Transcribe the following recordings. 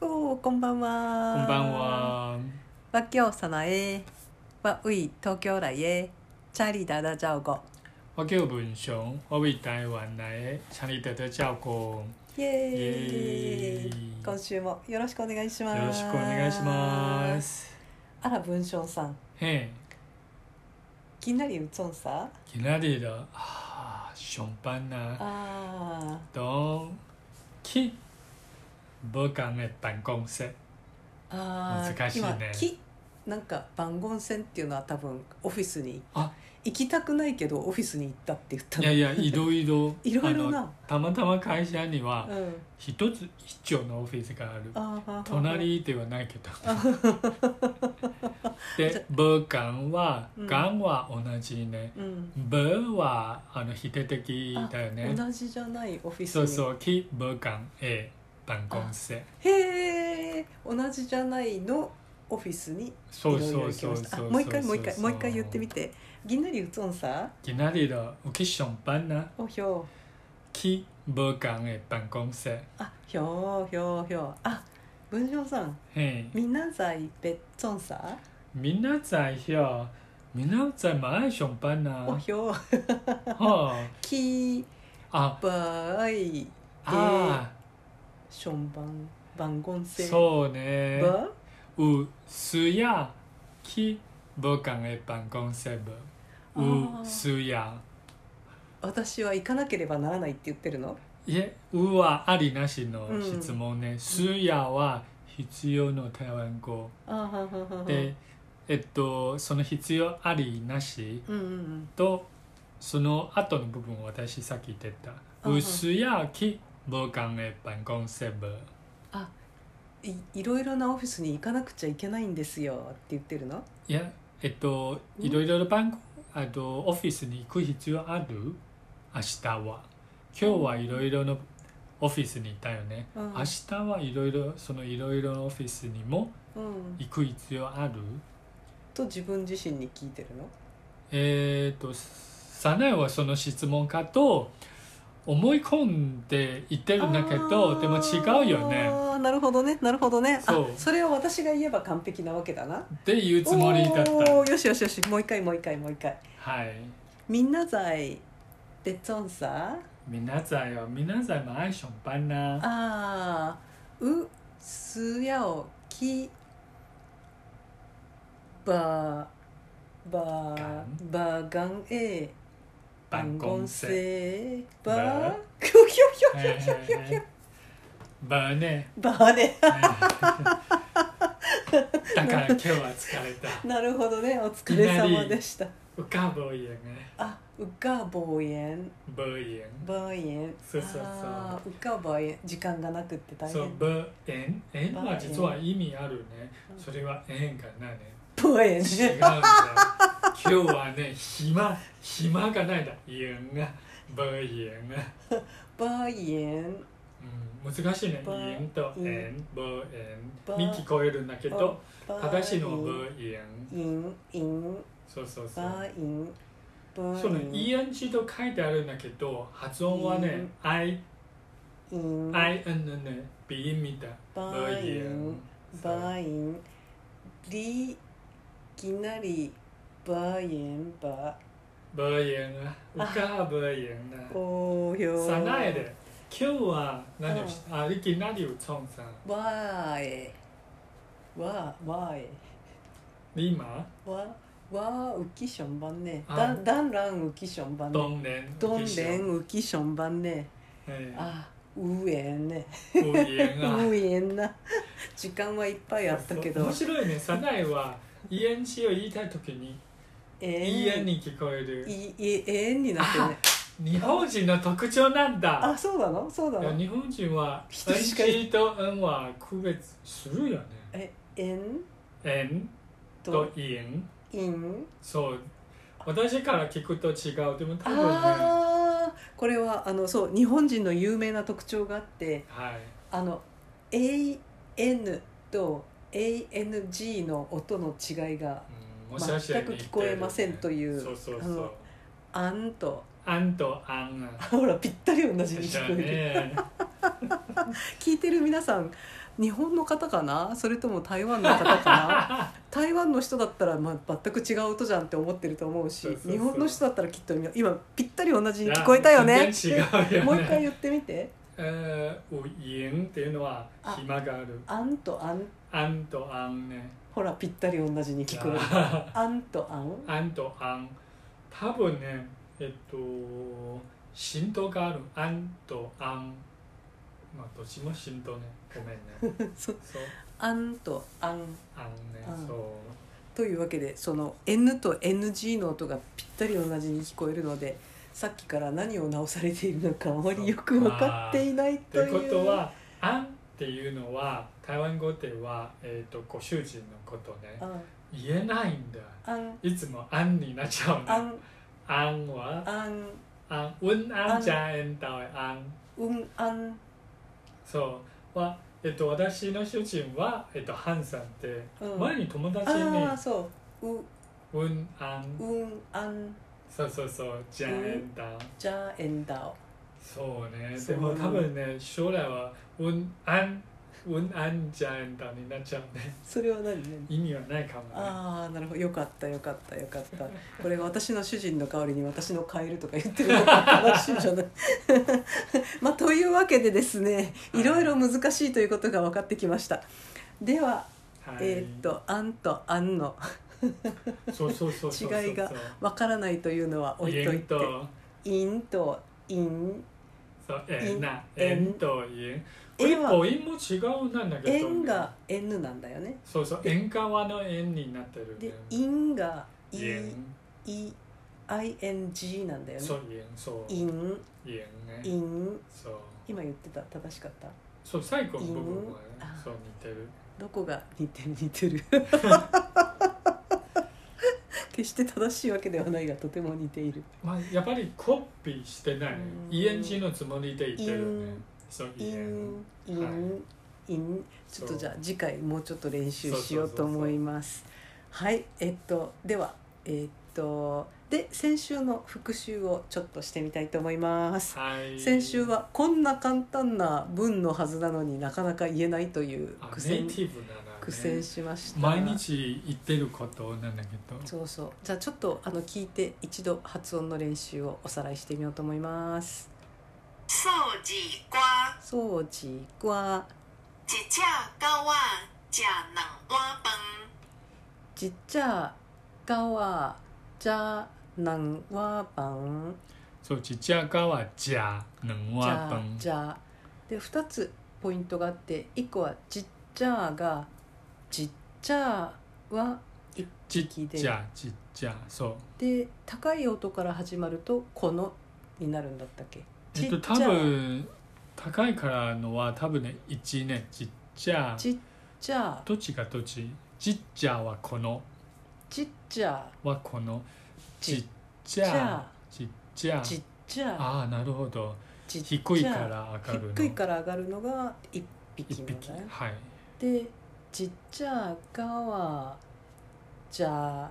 こんばんは。こんばん。は。わきょうさなえ。わうい東京来へ。チャリダダジャオゴ。我叫文雄，我为台湾来，请你得到照顾。イイエエーーイ。イ。今週もよろしくお願いします。よろしくお願いしま。す。あら文章さん、嘿，きなりうつんさ。今日的啊，上班啊，あ都去不同的办公室。あ。ああ。難しい今ねきなんか番号線っていうのは多分オフィスにあ行きたくないけどオフィスに行ったって言ったいのやいや、いろいろ。いろいろなあのたまたま会社にはうん一つ一丁のオフィスがある。あー隣ではないけど。で、不同は、うん同は同じね。うんブはあの否定的だよね。同じじゃないオフィスそうにそう、きブ感 A 办公室。へえ同じじゃないのオフィスにいそろういろ行そうきそまうしたあそう。もう一回もう一回そもうそうう一回言ってみ。てぎんなりうつんさきなりだ、おきしょんぱんな、おひょうきブ感 A 办公室。あひょうひょうひょうあ文章さんへい。みんなざいべっつんさみんな在よ。みんな在まいしょんぱんな。おはひょうあ。きあ、ばいあ、しょんばん番号せそうね。ばう、すや、きブ感 A 办公室部。あーう、すや。私は行かなければならないって言ってるのいえ、うはありなしの質問ね。すやは必要の台湾語。あはんはんはんはんで、えっと、その必要ありなしうんうんうんと、その後の部分を私さっき言ってた。うんうんうすやきぼかんえばんこんせぶ。いいろいろなオフィスに行かなくちゃいけないんですよって言ってるのいや、えっと、うんいろいろな番号、あと、オフィスに行く必要ある明日は。今日はいろいろのオフィスにいたよね。うん明日はいろいろ、そのいろいろのオフィスにもうん、行く必要あると自分自身に聞いてるのえっ、とサナエはその質問かと思い込んで言ってるんだけどでも違うよねあーなるほどねなるほどねあそうそれを私が言えば完璧なわけだなっていうつもりだったおーよしよしよしもう一回もう一回もう一回はいみんな在でつんさみなざいよみなざいもアイションパンナあーうすやおきばばがんばがんえ办公室せば ばきょきょきょきはいはょいきょきょきょはいば ねばねだから今日は疲れたなるほどねお疲れ様でした浮かぼいやねあ、うかぼうえん、ぼいやんぼうえん。そうそうそうあーうかぼうえん、時間がなくって大そう変。ぼえんえんは実は意味あるねそれはえんがない ねぼうえん違うね。んだよ今日はね暇暇がないんだいやんがばいやんが、ぼうえん。うん、難しいねばいやんといえんばえばんに聞こえるんだけどば正しいのはばいやんいん、いん、そうそうそばういん。ぼうそうねいん、 ENG と書いてあるんだけど発音はね I いん、 IN のね鼻音みたいばばいいやんん、ばいん。り、きなり、ばいえん、ば。ばいやんがうかばいやんだおーよー。さない。で今日は何をしあいきなりをちょんさんわーえ。わー、わーえ。今わわ浮きしょんばんねあだんだんらん浮きしょんばんどねんねん。どんでん浮きしょんばんねええ。あうえんねこういうのがうえんな時間はいっぱいあったけど面白いね。サナエは、イエンチを言いたいときに、えイエンにに聞こえる。いいええんになってるね日本人の特徴なんあだ。そうなのそうないやの日本人は、一人しかい NG と N は区別するよね。ええん N ととイエン。いんそう。私から聞くと違う。でも多分ね、あはあこれはあのそう日本人の有名な特徴があってい。あの AN と ANG の音の違いがうんもしかしたら全く聞こえませんというそうそうあそうの。あんとアンとアンが。ほらぴったり同じにだ聞こえる、ね。聞いてる皆さん日本の方かなそれとも台湾の方か な台湾の人だったら、まあ、全く違う音じゃんって思ってると思うしそうそうそう日本の人だったらきっとみんな今ぴったり同じに聞こえたよね全然違うよねもう一回言ってみてえー、おいんっていうのは暇がある。 「あん」と「あんあんとあんね。」ほらぴったり同じに聞こえる あ「あん」と「あん」ーあんとあん。多分ね、えっと、浸透がある。あんとあん。まあ、どっちも浸透ね。ごめん ね。そうそう。 「あん」と「あんあんね、うんそう。」というわけでその「N」と「NG」の音がぴったり同じに聞こえるのでさっきから何を直されているのかあまりよく分かっていないととい。いううことは、あんっていうのは、台湾語では、えっと、ご主人のことね。あん言えないんだ。あんいつもあんになっちゃうね。あんあんは、あんあん、うんああんんじゃえんだわあん。うんあんそうは、えっと、私の主人は、えっと、ハンさんって、うん前に友達にああそうう「うんあんうんあんそうそうそうじゃえんだじゃえんだお」そうねそでうも多分ね将来は「うんあん」「うんあんじゃえんだ」になっちゃうねそれは何何意味はないかもねああなるほどよかったよかったよか ったこれが私の主人の代わりに私のカエルとか言ってるのが正しいじゃない まあというわけでですねいろいろ難しいということが分かってきましたでは、はいえーっと「あん」と「あん」のそうそうそうそう違いが分からないというのは置いとい円てと「イン」と「インそう円な円円と円これ円は母音も違うんなんだ」けどね円が「N」なんだよねそうそう円側の円になってるねで「イン」が「イ」円 E ING なんだよねそう円そうイン円ねインそう今言ってた正しかったそう最後の部分はね犬あそう似てるどこが似てる似てる 決して正しいわけではないがとても似ているまあやっぱりコピーしてないうん ENG のつもりで言ってるね犬そうインイはンインちょっとじゃあ次回もうちょっと練習しようとそうそうそうそう思いますはいえっとではえっとで先週の復習をちょっとしてみたいと思いますはい先週はこんな簡単な文のはずなのになかなか言えないというあ苦ネイ戦ティブならね苦戦しました毎日言ってることなんだけどそうそうじゃあちょっとあの聞いて一度発音の練習をおさらいしてみようと思います瘦几瓜，そうちくわ一只狗仔食两碗饭，ちっちゃかわじゃなんわばんそうちっちゃかはじゃ能じはゃ分じゃで2つポイントがあって1個はちっちゃがちっちゃは1ちっ匹でちゃちっちゃそうで高い音から始まると「この」になるんだったっけえっと多分高いからのは多分ね1ねちっちゃちっちゃどっちがどっちちっちゃはこのちっちゃはこのちっちじゃゃちっちゃちっちゃああなるほどちっちゃ低いから上がるの低いから上がるのが1匹一なん匹だねはいでちっちゃがはじゃ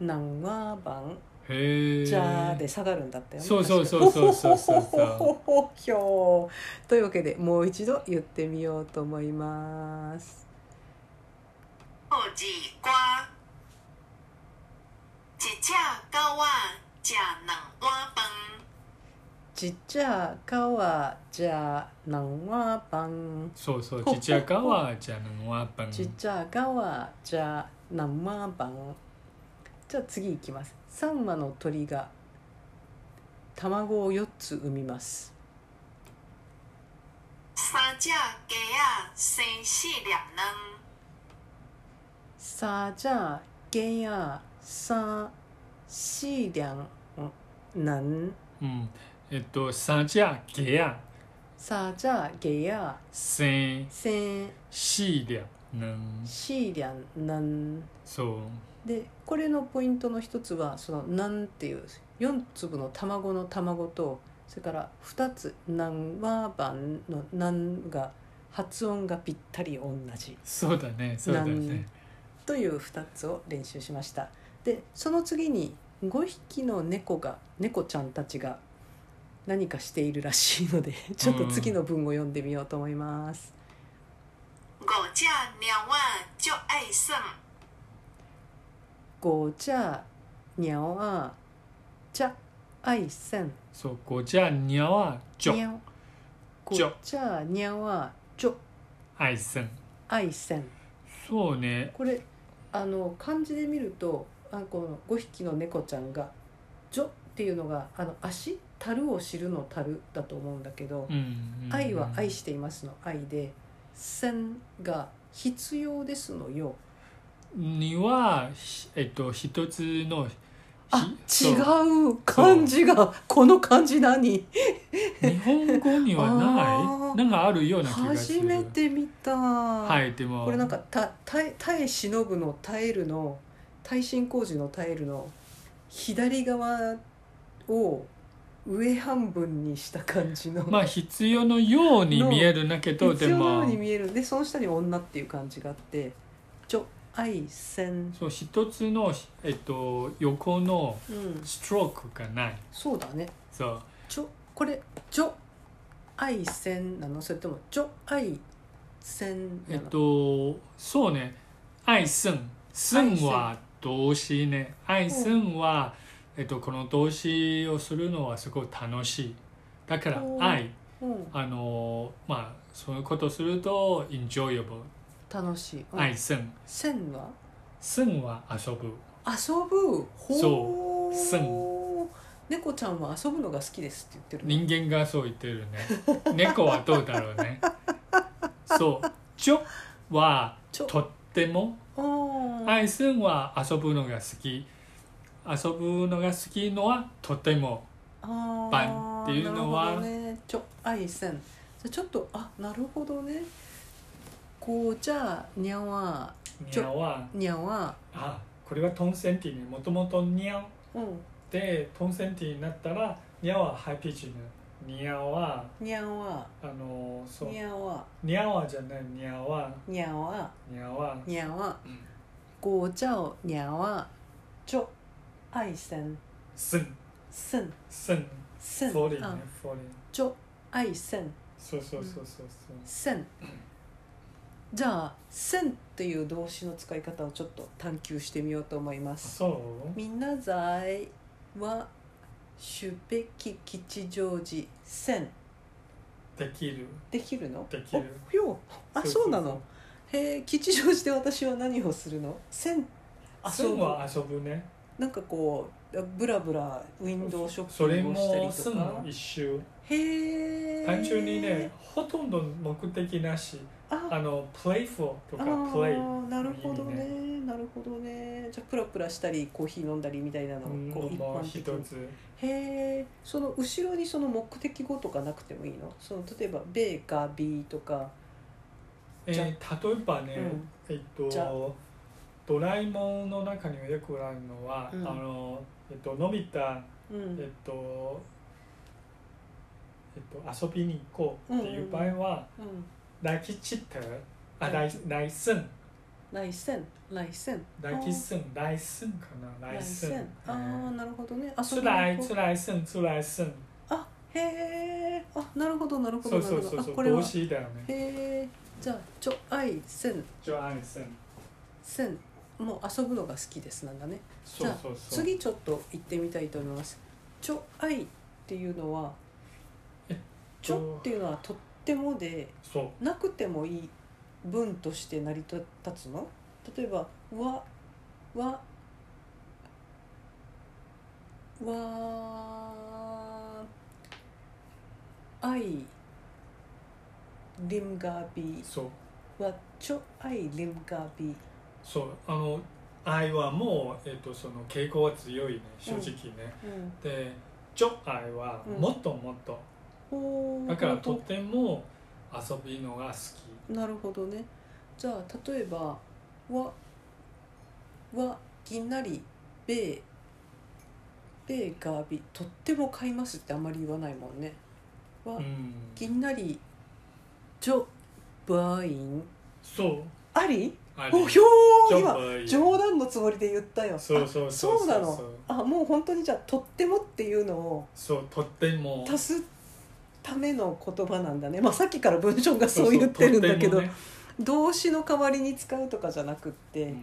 なんはばんへえじゃで下がるんだったよねそうそう確そうかそうそうそほうほほほほひょーというわけでもう一度言ってみようと思います瘦几瓜，一只狗仔食两碗饭，ちっちゃがはじゃなんはばんそうそうちっちゃかはじゃのはばんちっちゃがはじゃ生番じゃあ次いきます3羽の鳥が卵を4つ産みます三只鸡仔生四粒卵，さじゃげやさしりゃんなんうんえっと三じゃげやさじゃげや三せん四两能しりゃんなんそうでこれのポイントの一つはその「なん」っていう4粒の卵の卵とそれから2つ「なんはばん」の「なん」が発音がぴったり同じそうだねそうだねという2つを練習しましたでその次に5匹の猫が猫ちゃんたちが 何かしているらしいのでちょっと次の文を読んでみようと思います。狗价两万就爱上，ごちゃにゃおあちゃあいせんそう、ごちゃにゃはちょに、ゃおごちょちゃにゃおあちょあいせん。あいせんそうね、これあの漢字で見るとあこの5匹の猫ちゃんが「ジョ」っていうのがあの足「樽を知る」の「樽」だと思うんだけどうん「うん。愛は愛し。しています」の「愛」で「線」が「必要です」の「よには、ひえっと、一つの、」あひ違う漢字がこの漢字何そう日本語には あなーいなんかあるような気がする。初めて見た、はい、でも、これなんかた耐え耐え忍ぶの耐えるの耐震工事の耐えるの左側を上半分にした感じの、まあ、必要のように見えるんだけど、必で要のようもに、見えるでその下に女っていう感じがあってちょ愛線そう、一つの、えっと、横のうんストロークがない。そうだねそう、ちょこれちょ愛線なのそれともちょ愛線えなっの、と、そうね、愛せん。せんは動詞ね。愛せんは、えっと、この動詞をするのはすごい楽しい。だからお、ー愛、うん、あの、まあ、そういうことすると、enjoyable。楽しい、うん、愛せん。線はせんは遊ぶ。遊ぶほうそう猫ちゃんは遊ぶのが好きですって言ってる人間がそう言ってる ね。猫はどうだろうね。そう、ちょはちょとっても、ああ愛すんは遊ぶのが好き。遊ぶのが好きのはとても。あパンっていうのはなるほどねちょ愛せんじゃあちょっとあなるほどねこうじゃあにゃわにちょゃは、にゃわあ、これはトンセンティね。もともとにゃうんでトンセンティになったら、にゃはハイピッチね。にゃは、にゃわあの、そう、にゃわにゃはじゃない、にゃは、にゃわにゃは。にゃわうんこうじゃおにゃわちょ愛せんすん、せんすん、せんフォリあね、フォリちょ愛せんそうそうそうそうそう。線じゃあ線っていう動詞の使い方をちょっと探求してみようと思います。そうみなざいは主べき吉祥寺線できるできるの？できるおようあそうなの。へえ吉祥寺で私は何をするの？線そうそうは遊ぶねなんかこうブラブラウィンドウショそッピれングをしたりもとすんかの。一周へえ。単純にねほとんど目的なしああのプレイフォーとかあープレイなるほどねなるほどねじゃあプラプラしたりコーヒー飲んだりみたいなのをこう一も般う一的につへえその後ろにその目的語とかなくてもいいのその例えば「べ」か「び」とかえーじゃ例えばねうんえっじゃとドラえもんの中にはよくあるのはあうんのえっとのび太うえっんとえっと遊びに行こうっていう場合はうんラキチッターあライライスン来線来線来季盛，来盛可能来来盛線。あー嗯なるほどねあこ出来出来盛出来盛，あへえあなるほどなるほそどうなそるうほどそうあそうこれは動へ詞だよね。えじゃあ「ちょ愛線就爱盛。線」もう遊ぶのが好きですなんだねそうそうそう。次ちょっと行ってみたいと思います。ちょ愛っていうのはえっと、ちょっていうのはとってもでそうなくてもいい文として成り立つの？例えばわわわ愛リムガービそうーはちょ愛リムガービーそうあの愛はもうえっとその傾向は強いね正直ね。うんで、ちょ愛はうんもっともっとほーだからほーほとーても遊びのが好なるほどねじゃあ例えば「わ」「わ」「ぎんなり」「べ」「べ」「がび」「とっても買います」ってあんまり言わないもんね「わき。う」ん。 「ぎんなり」「じょ」「ばいんそう」ありあれ。おひょちーょ今ばい冗談のつもりで言ったよそうそうあそうそうなのそうあもう本当にじゃあ「とっても」っていうのをそうとっても。足すための言葉なんだねまあさっきから文章がそう言ってるんだけどそうそうとってもね動詞の代わりに使うとかじゃなくって、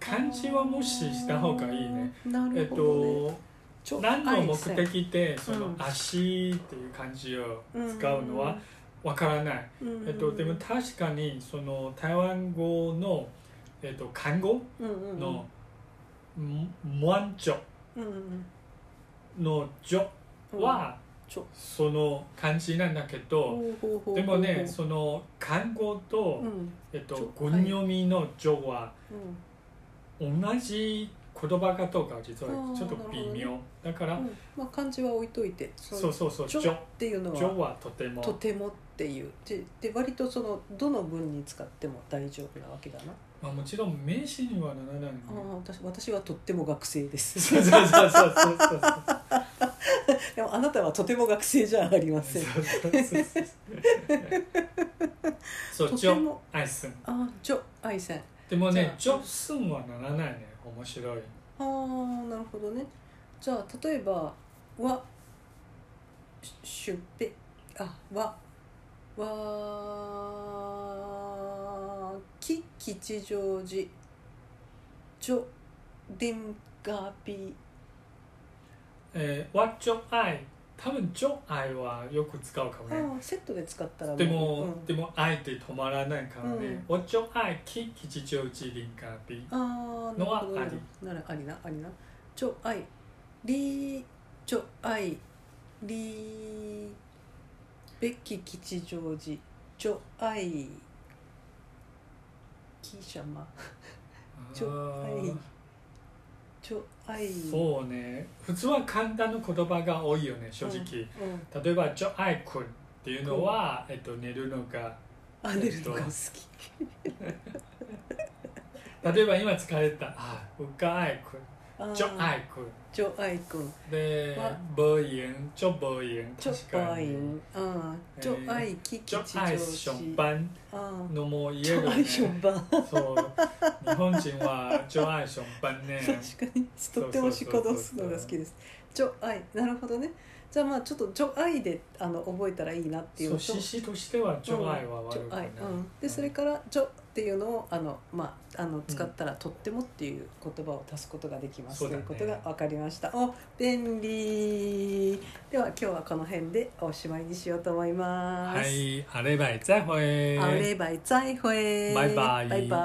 漢字は無視した方がいいね。なえるっほどね、と、ちょ何の目愛せ的でそのうん足っていう漢字を使うのはわからない。うんうんえっと、でも確かにその台湾語の、えっと、漢語うんうんうんの「モアンジョうんうんうん」の「ジョ」はちょその漢字なんだけど、ほうほうほうでもねほその漢語とう、うんえっとちょ、軍読みの「ジョ」はうん同じ言葉かどうか実はちょっと微妙、だかうら、んまあ漢字は置いといてそそうそうそう「うジちょョっていう」のジョははとてもとてもっていうでで割とそのどの文に使っても大丈夫なわけだな、まあ、もちろん名詞にはならないのねああ私私はとっても学生です そうそうそうそうそうそうでもあなたはとても学生じゃありませんあそう、ジョアイスン。あジョアイセンでもね、じジゃあョスンはならないね。面白い。ああなるほどねじゃあ例えば「わ」「しゅっぺ」あ「わ」「わ」「き」「吉祥寺」「じょ」「でんがぴえー、わジョアイ。多分ジョアイはよく使うか」もあね。ーセットで使ったらでうもん、でも愛で止まらないからね。わジョアイ、キ吉祥寺リンカビ。ああのはなるほどなるありなありなちょあいりちょあいりべき吉祥寺ちょあいきしゃまジョアイあーちょあいそうね。普通は簡単な言葉が多いよね、正直。うん例えば、ジョアイ君っていうのは、えっと、寝るのが。あ寝るのが好き例えば今疲れた。あ、うかあい君。あーちょあいくんちょあいくんでわ、ボーイエン、ちょぼいえん、ちょ確かあいに。んあーちょあいき吉ちょ祥あ寺いしょんぱんあーのも言えちるょあね。いそしょう、んばん日本人はちょあいしょんぱんね。確かにとっても仕事をするのが好きです。ちょ愛なるほどね。じゃあまあちょっとちょ愛であの覚えたらいいなっていうそのと、う、獅子としてはちょあいはち悪ょくな愛、い。うん。でそれからちょっていうのをあのまああの使ったらとってもっていう言葉を足すことができます、そうとだいねうことが分かりました。お便利。では今日はこの辺でおしまいにしようと思います。はい、あればい、再会。好嘞，拜再会，拜拜拜拜。